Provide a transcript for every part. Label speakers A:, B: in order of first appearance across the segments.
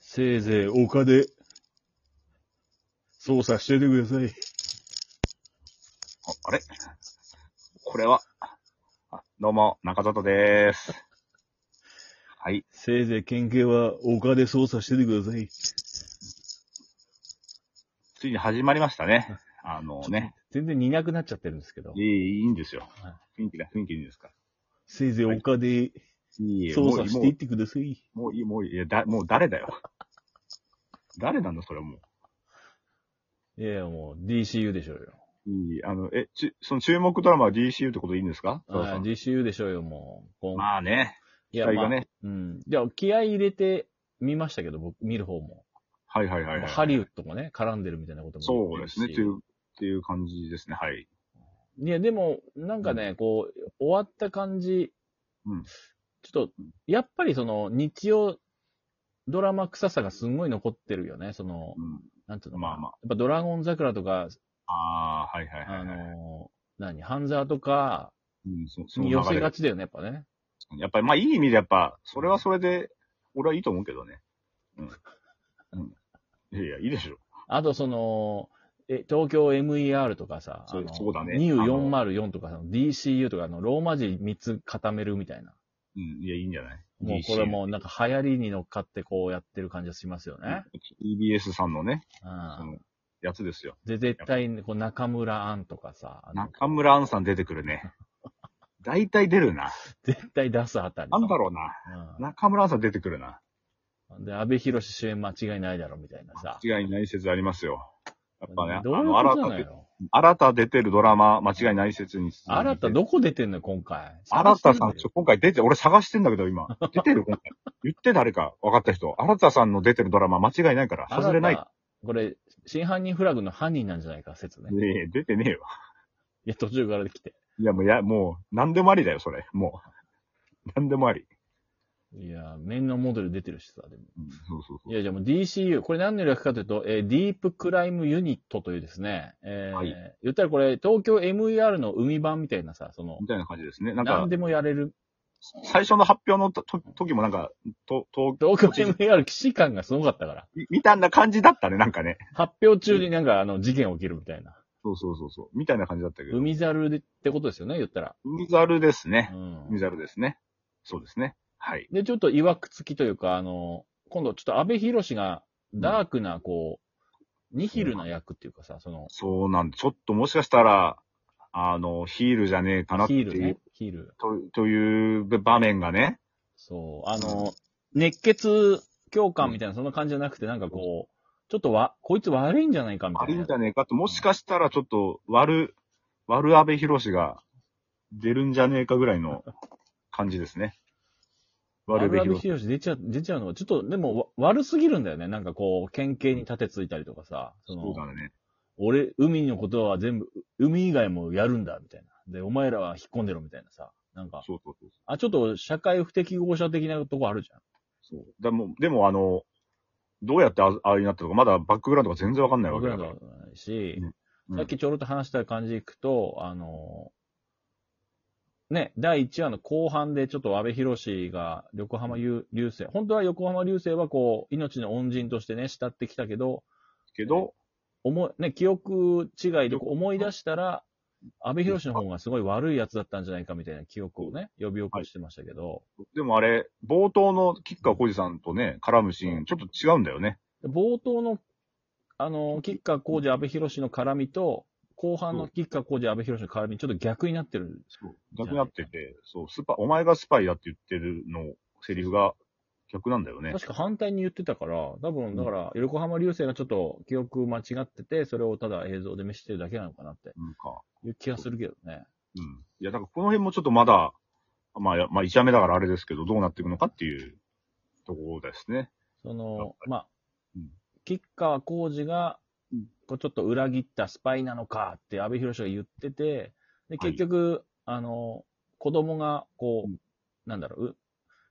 A: せいぜい丘で、操作しててください。
B: ああれこれは、あどうも、中里でーす。はい。
A: せいぜい県警は丘で操作しててください。
B: ついに始まりましたね。あのね。
C: 全然似なくなっちゃってるんですけど
B: い。い、いいんですよ
C: は。
B: 雰囲気が、雰囲気いいんですか
A: せいぜい丘で
B: ら。いいよ。
A: 操
B: もう
A: 作
B: いい、
A: し
B: も
A: ていってください。
B: うもういい、もういい。いや、だ、もう誰だよ。誰なんだ、それはも
C: いやいや、もう DCU でしょうよ。
B: う。いい、あの、え、ち、その注目ドラマは DCU ってことでいいんですかそう
C: あ
B: そ
C: あ
B: う
C: DCU でしょうよ、もう。こん
B: まあね。
C: い
B: 期
C: や、
B: 待
C: ま
B: が
C: あ、
B: ね。
C: うん。じゃあ、気合い入れて見ましたけど、僕、見る方も。
B: はいはいはい、
C: ま
B: は
C: あ
B: い。
C: ハリウッドもね、絡んでるみたいなことも
B: そ
C: 言
B: う
C: って
B: で
C: るし。
B: すね。っていう、っていう感じですね。はい。
C: いや、でも、なんかね、こう、終わった感じ、
B: うん
C: ちょっと、やっぱりその、日曜ドラマ臭さがすごい残ってるよね、その
B: う、ん。
C: なんていうの
B: まあまあ
C: やっぱドラゴン桜とか、
B: ああ、はいはいは
C: あ
B: いはい。
C: のー、何、ハンザーとか、
B: うん、そその
C: に
B: 流
C: 寄せ
B: れ
C: がちだよね、やっぱね。
B: やっぱり、まあ、いい意味で、やっぱ、それはそれで、俺はいいと思うけどね。うん。うん。いやいや、いいでしょ。
C: あと、その、え、東京 MER とかさ、
B: そう
C: あの
B: そうだね
C: 2404とかさ、DCU とか、あの、ローマ字3つ固めるみたいな。
B: うん。いや、いいんじゃない
C: もうこれ。もうなんか流行りに乗っかってこうやってる感じがしますよね。
B: DC EBS さんのね、
C: う
B: そ
C: ん。
B: の、やつですよ。
C: で、絶対に、こう、中村アンとかさ、あの
B: 中村アンさん出てくるね。大体出るな。
C: 絶対出すあたり。
B: なんだろうな。中村アンさん出てくるな。
C: うん。で、安部寛主演間違いないだろ、みたいなさ。
B: 間違いない説ありますよ。やっぱね、
C: どう
B: あ
C: いう
B: の、
C: こと
B: 新
C: な
B: た
C: の
B: で、
C: よ。
B: 新た出てるドラマ、間違いない説に。
C: 新たどこ出てんのよ、今回。
B: 新田さ
C: 探
B: ん、
C: してる
B: ちょ、今回出て、俺探してんだけど、 今。出てる今回。言って誰か分かった人。新田さんの出てるドラマ間違いないから、
C: あ
B: 外れない。
C: たこれ、真犯人フラグの犯人なんじゃないか説ね。い
B: ねえ、出てねえよ。
C: や、途中から来て。
B: いや、もう、や、もう、何でもありだよ、それ。もう。 何でもあり。
C: いや、面のモデル出てるしさ、でも。
B: うん、そうそう
C: い
B: そう。
C: や、じゃあもう DCU、これ何の略かというと、えーディープクライムユニットというですね、えー
B: はい
C: 言ったらこれ、東京 MER の海版みたいなさ、その、
B: みたいな感じですね。なんか
C: 何、でもやれる。
B: 最初の発表のとと時もなんか、と、と、
C: 東京 MER 騎士感がすごかったから。
B: みみたいな感じだったね、なんかね。
C: 発表中になんかあの事件起きるみたいな。
B: そうそうそう。そうみたいな感じだったけど。
C: 海猿でってことですよね、言ったら。
B: 海猿ですね
C: う。
B: 海
C: ん。
B: 猿ですね。そうですね。はい。
C: で、ちょっと曰くつきというか、あの、今度ちょっと安倍博がダークな、こう、ニヒルな役っていうかさ、その、
B: そうなんで、ちょっともしかしたら、あの、ヒールじゃねえかなって
C: ヒ
B: い
C: ー
B: う。
C: ルね、ヒール。
B: とという場面がね、
C: そう。あの、熱血教官みたいな、そんな感じじゃなくて、なんかこう、ちょっとわ、こいつ悪いんじゃないかみ
B: あ
C: たい
B: り
C: な。
B: んじゃねえかと、もしかしたらちょっと悪、悪安倍博士が出るんじゃねえかぐらいの感じですね。悪
C: 悪
B: 安倍
C: 安部
B: 博士。
C: 博士出ちゃ、出ちゃうのは、ちょっと、でも、わ悪すぎるんだよね。なんかこう、県警に立てついたりとかさ、そ
B: そ
C: の
B: う、だね。
C: 俺、海のことは全部、海以外もやるんだ、みたいな。で、お前らは引っ込んでろ、みたいなさ。なんか、
B: そうそうそう
C: あ、ちょっと、社会不適合者的なとこあるじゃん。
B: そうだもうでもあの、どうやってあああになったのか、まだバックグラウンドが全然わかんないわけ
C: 僕ら
B: だ
C: の
B: から。
C: ことないし、
B: うん
C: さっきちょろっと話した感じでいくと、あの、ね、第1話の後半でちょっと安倍博士が横浜流流星、本当は横浜流星はこう、命の恩人としてね、慕ってきたけど、
B: けど、
C: 思い、ね、記憶違いでこう思い出したら、安倍博士の方がすごい悪いやつだったんじゃないかみたいな記憶をね、呼び起こしてましたけど、
B: でもあれ、冒頭の吉川浩司さんとね、絡むシーン、ちょっと違うんだよね。
C: 冒頭の、あの、吉川浩司、安倍博士の絡みと、後半の吉川浩司、安倍博士の絡み、ちょっと逆になってる
B: そう。逆になってて、そう、スパ、お前がスパイだって言ってるの、セリフが逆なんだよね。
C: 確か反対に言ってたから、多分、だから、横浜流星がちょっと記憶間違ってて、それをただ映像で見せてるだけなのかなって
B: うんか。
C: いう気がするけどね。
B: うん。いや、だからこの辺もちょっとまだ、まあ、やまあ、一夜目だからあれですけど、どうなっていくのかっていうところですね。
C: そ
B: やっ
C: の
B: ぱ、り
C: まあ
B: うん、
C: 吉川浩司が
B: うん、
C: こうちょっと裏切ったスパイなのかって安倍博が言ってて、で、結局、あの、子供が、こ
B: うん
C: う、なんだろう、う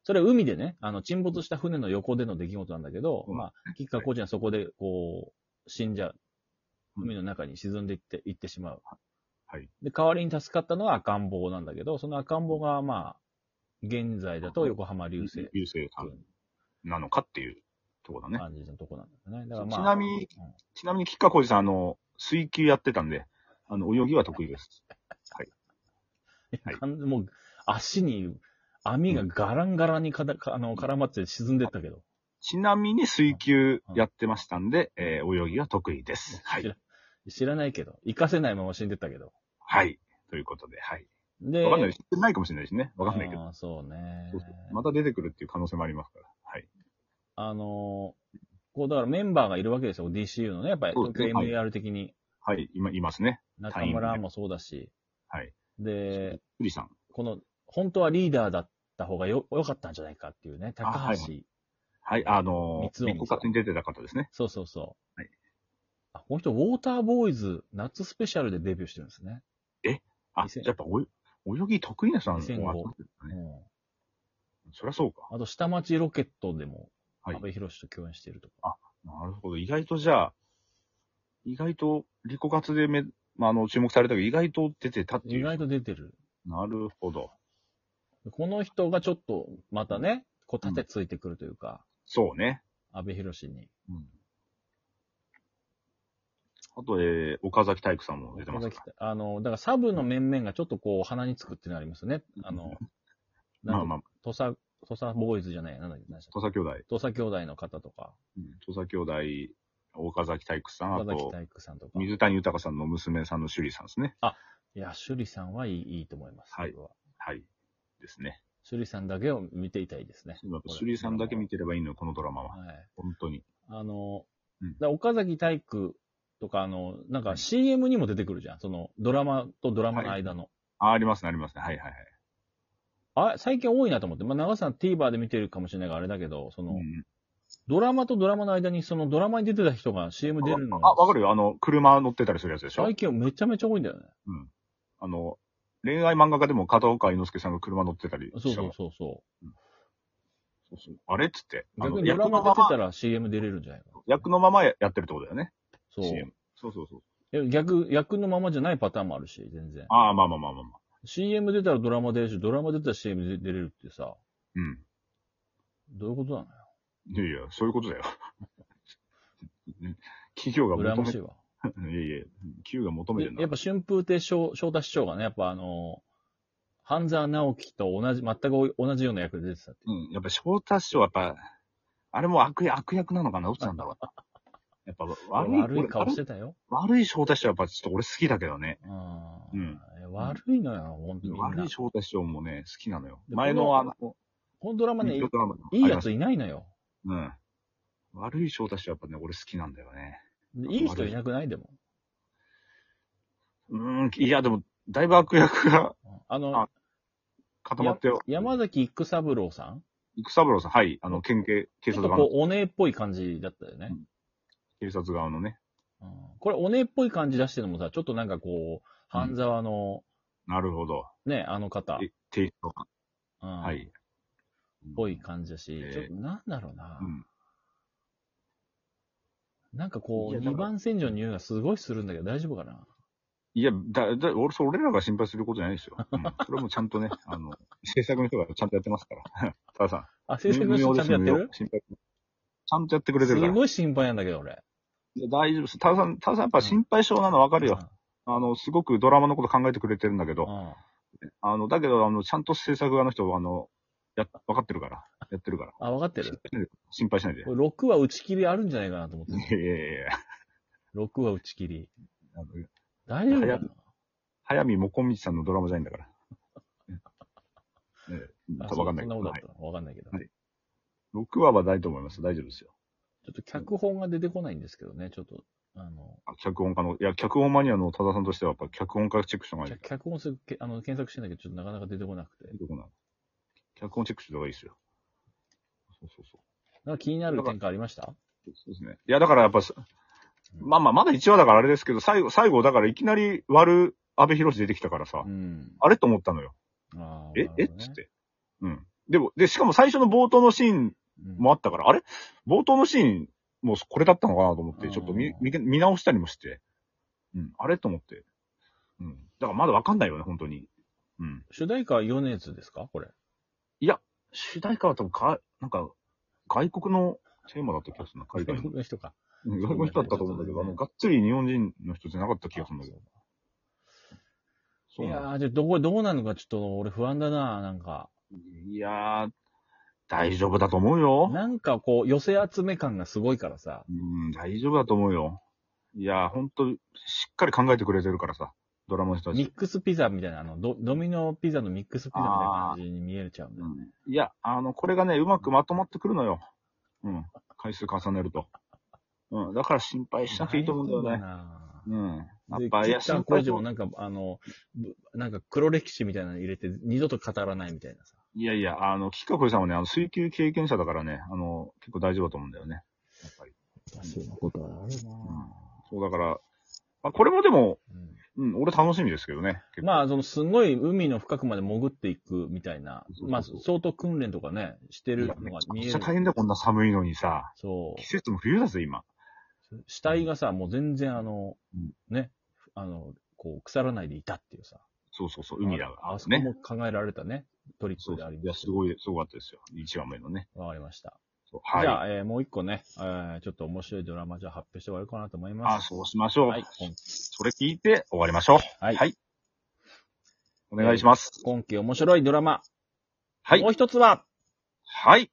C: それは海でね、あの、沈没した船の横での出来事なんだけど、
B: うん
C: まあ、吉川浩司はそこで、こう、死んじゃう。
B: うん
C: 海の中に沈んでいって、行ってしまう。
B: はい。
C: で、代わりに助かったのは赤ん坊なんだけど、その赤ん坊が、まあ、現在だと横浜流星
B: 流星さん
C: 君。
B: なのかっていう。とこだね。
C: 感じのとこなんですね。だからまあ、
B: ちなみに
C: うん
B: ちなみに、吉川浩司さん、あの、水球やってたんで、あの、泳ぎは得意です。はい
C: 完全もう、足に網がガランガランにかたかあの絡まって沈んでったけど。
B: ちなみに、水球やってましたんで、えー泳ぎは得意です。は
C: 知
B: い。
C: ら知らないけど。生かせないまま死んでったけど。
B: はい。ということで、はい。
C: で、
B: わかんない。知ってないかもしれないしね。わかんないけど。
C: あーそうね。
B: そうそうまた出てくるっていう可能性もありますから。はい。
C: あのー、こう、だからメンバーがいるわけですよ。DCU のね。やっぱり、
B: そう
C: 東
B: ですね
C: 京 MAR 的に。
B: はい、今、いますね。
C: 中村もそうだし。
B: はい。
C: で、
B: 栗さん。
C: この、本当はリーダーだった方がよ、良かったんじゃないかっていうね。
B: あ
C: 高
B: はい
C: 橋。
B: はい、あの
C: 三
B: ー、
C: 尾
B: 密告に出てた方ですね。
C: そうそうそう。
B: はい
C: あ、この人、ウォーターボーイズ、夏スペシャルでデビューしてるんですね。
B: あ、
C: 2000
B: やっぱおよ、泳ぎ得意な人なん
C: 2005
B: わかってる
C: う
B: んだね。
C: ん。
B: そりゃそうか。
C: あと、下町ロケットでも、
B: はい
C: 安倍博士と共演しているとか。
B: なるほど。意外とじゃあ、意外と、リコ活でめ、まあ、あの、注目されたけど、意外と出てたっていう。
C: 意外と出てる。
B: なるほど。
C: この人がちょっと、またね、こう、盾ついてくるというか、
B: そうね。
C: 安倍博士に。
B: うん。あと、えー、岡崎体育さんも出てますか。
C: あの、だからサブの面々がちょっとこう、鼻につくっていうのありますよね。あ の、
B: まあ
C: なん
B: ま
C: か
B: あ、
C: 土佐、土佐ボーイズじゃない、なんだっけ、何でしたっ
B: 土佐兄弟。
C: け土佐兄弟の方とか、
B: うん土佐兄弟、岡崎体育さん、あ
C: 岡崎
B: と、
C: 体育さんとか。
B: 水谷豊さんの娘さんの趣里さんですね。
C: いや、趣里さんはいいいいと思います。
B: はい
C: 僕は
B: はい。ですね。
C: 趣里さんだけを見ていたいですね。
B: やっぱ趣里さんだけ見てればいいのよ、このドラマは。
C: はい。
B: 本当に。
C: あの、
B: うん
C: だ岡崎体育とか、あの、なんか CM にも出てくるじゃん。その、ドラマとドラマの間の。
B: あ、ありますね、ありますね。はいはいはい。
C: あ、最近多いなと思って。まあ、長瀬さん TVer で見てるかもしれないからあれだけど、その、
B: うん
C: ドラマとドラマの間に、そのドラマに出てた人が CM 出るの
B: あ、
C: が、
B: わかるよ。あの、車乗ってたりするやつでしょ
C: 最近めちゃめちゃ多いんだよね。
B: あの、恋愛漫画家でも片岡愛之助さんが車乗ってたりした
C: そうそう
B: の
C: そうそ
B: そうそうあれっつって。
C: う。
B: あ
C: 逆
B: の
C: にド
B: 役
C: ラマ
B: の
C: 出
B: ま
C: てた
B: ま、
C: ら CM 出れるんじゃないかな。
B: 役のままやってるってことだよね。
C: そう
B: CM。そうそうそう。
C: え。逆、役のままじゃないパターンもあるし、全然。
B: ああ、まあまあまあまあまあ。
C: CM 出たらドラマ出るし、ドラマ出たら CM で出れるってさ、
B: うん。
C: どういうことなのよ。
B: いやいや、そういうこと だよ。企業が
C: 羨
B: 求
C: ま
B: め
C: し
B: て
C: いわ。
B: いやいや、企業が求めて
C: で
B: るな。
C: やっぱ春風亭昇昇太師匠がね、やっぱあの、半沢直樹と同じ、全くお同じような役で出てたって。
B: うん、やっぱ翔太師匠はやっぱ、あれも悪役悪役なのかなどっちなんだ ろうな。やっぱ悪い、
C: 悪い顔してたよ。
B: 俺悪い翔太師匠はやっぱちょっと俺好きだけどね。
C: う
B: うん
C: ん。え悪いのよ、本当にみんな。
B: 悪い翔太師匠もね、好きなのよ。
C: で
B: 前
C: こ
B: の
C: の
B: あの、
C: このドラマね、
B: ミッドドラマの
C: いい
B: あり
C: や
B: ます
C: ついないのよ。
B: うん。悪い翔太師匠はやっぱね、俺好きなんだよね。
C: でいい人いなくないでも。
B: うーん、いや、でも、だいぶ悪役が
C: あの
B: あ、固まってよ。
C: 山崎育三郎さん
B: 育三郎さん、はい、あの、県警、警
C: ちょっと
B: 察側
C: こ
B: の、
C: う、お姉っぽい感じだったよね。
B: 警察側のね。
C: うんこれ、お姉っぽい感じ出してるのもさ、ちょっとなんかこう、半沢の、
B: なるほど。
C: ね、あの方、
B: えテイストが
C: うん
B: はい。
C: っぽい感じだし
B: え、ー
C: ちょっとなんだろうな
B: う。ん。
C: なんかこ、
B: いうやだ
C: 二
B: から
C: 番線上の匂いがすごいするんだけど、大丈夫かない
B: や、だ、だ、俺、それ俺らが心配することじゃないですよ。うん、それはもうちゃんとね、 あの、制作の人がちゃんとやってますから。 たださん。
C: あ、制作の人ちゃんとやって
B: 無料
C: る
B: です無料心配ちゃんとやってくれて
C: す
B: るから。
C: ごい心配なんだけど、俺。
B: いや大丈夫です。たださん、たださんやっぱ心配性なのわかるよ。あの、すごくドラマのこと考えてくれてるんだけ
C: う
B: ど、
C: ん。
B: あの、だけど、あの、ちゃんと制作側の人は、あの、や、わかってるから。やってるから。
C: あ、わかってる。
B: 心配しないで。い
C: これ6は打ち切りあるんじゃないかなと思って
B: や
C: る。
B: いやいや
C: 6は打ち切り。
B: あの
C: 大丈夫か
B: 早早見もこみちさんのドラマじゃないん だから。ね
C: な
B: ねわかんない
C: あそ
B: け
C: そんなこ
B: ど、
C: とだ
B: はい
C: ったのわかんないけど。
B: はい
C: ち
B: 6話はないと思います。大丈夫ですよ。
C: ょっと脚本が出てこないんですけどね、ちょっと。あの、
B: あ脚本家の、いや、脚本マニアの多田さんとしては、やっぱ脚本家チェックしてもらえ
C: 脚
B: ない
C: 脚本するけあの検索してんだけど、ちょっとなかなか出てこなくて。
B: と。どこなの脚本チェックしてた方がいいですよ。そうそうそう。
C: なんか気になる展開ありました
B: そうですね。いや、だからやっぱさ、まあまあ、まだ1話だからあれですけど、最後、最後、だからいきなり割る安倍博士出てきたからさ、
C: うん。
B: あれと思ったのよ。
C: あー
B: え、え
C: なる
B: っ
C: ほどね
B: つって。うん。でも、で、しかも最初の冒頭のシーン
C: うん
B: もあったから、あれ冒頭のシーン、もうこれだったのかなと思っ
C: う
B: て、
C: ん
B: ちょっと見、見け見直したりもして、うん、あれと思って。うん。だからまだわかんないよね、本当に。うん。
C: 主題歌は米津ですかこれ。
B: 主題歌は多分か、なんか、外国のチェイマだった気がするな、海
C: 外
B: 外の。
C: 国の人か。
B: うん 外国の人だったと思うんだけど、あの、がっつり日本人の人じゃなかった気がするんだけど。
C: い
B: そうな
C: やー、じゃあどこ、どうなるのかちょっと俺不安だな、なんか。
B: のいやー、大丈夫だと思うよ。
C: なんかこう、寄せ集め感がすごいからさ。
B: うん、大丈夫だと思うよ。いやー、ほんと、しっかり考えてくれてるからさ、ドラマの人た
C: ミ
B: ち
C: ッ。クスピザみたいな、あの、ドドミノピザのミックスピザみたいな感じに見えちゃうんだ
B: う
C: よね。
B: んいや、あの、これがね、うまくまとまってくるのよ。うん。回数重ねると。うん。だから心配しなくていいと思うんだよね。
C: な
B: うん。や
C: で、
B: っ
C: キ
B: ぱ、い
C: ッ
B: や、
C: ター
B: 心
C: 工
B: 配と
C: 場なんか、あの、ぶなんか黒歴史みたいなの入れて、二度と語らないみたいなさ。
B: いやいや、あの、吉川晃司さんはね、あの、水球経験者だからね、あの、結構大丈夫だと思うんだよね。やっぱり。そんな
C: ことある
B: うんそうだから、あ、これもでも、うん、俺楽しみですけどね。結構
C: まあ、その、すごい海の深くまで潜っていくみたいな
B: そうそうそ、う
C: まあ、相当訓練とかね、してるのが
B: め
C: 見
B: っ
C: え
B: ちゃ
C: る。
B: 大変だよ、こんな寒いのにさ。
C: そ
B: 季節も冬だぜ、今。
C: う。死体がさ、もう全然あの
B: うん、
C: ね、あの、こう、腐らないでいたっていうさ。
B: そうそうそう、海だか
C: あ
B: ら
C: あ。そこ
B: ね。
C: も考えられたね、トリック
B: そう
C: で
B: そ
C: あ
B: う。
C: り
B: いや、
C: ます
B: すごい、すごかったですよ。1番目のね。
C: わかりました。
B: そうはい。
C: じゃあ、えーもう一個ね、えーちょっと面白いドラマじゃあ発表して終わりかなと思います。
B: あ、そうしましょう。
C: はい、今
B: それ聞いて終わりましょう。
C: はい
B: はいお願いします。
C: 今期面白いドラマ。
B: はい
C: もう一つは、
B: はい。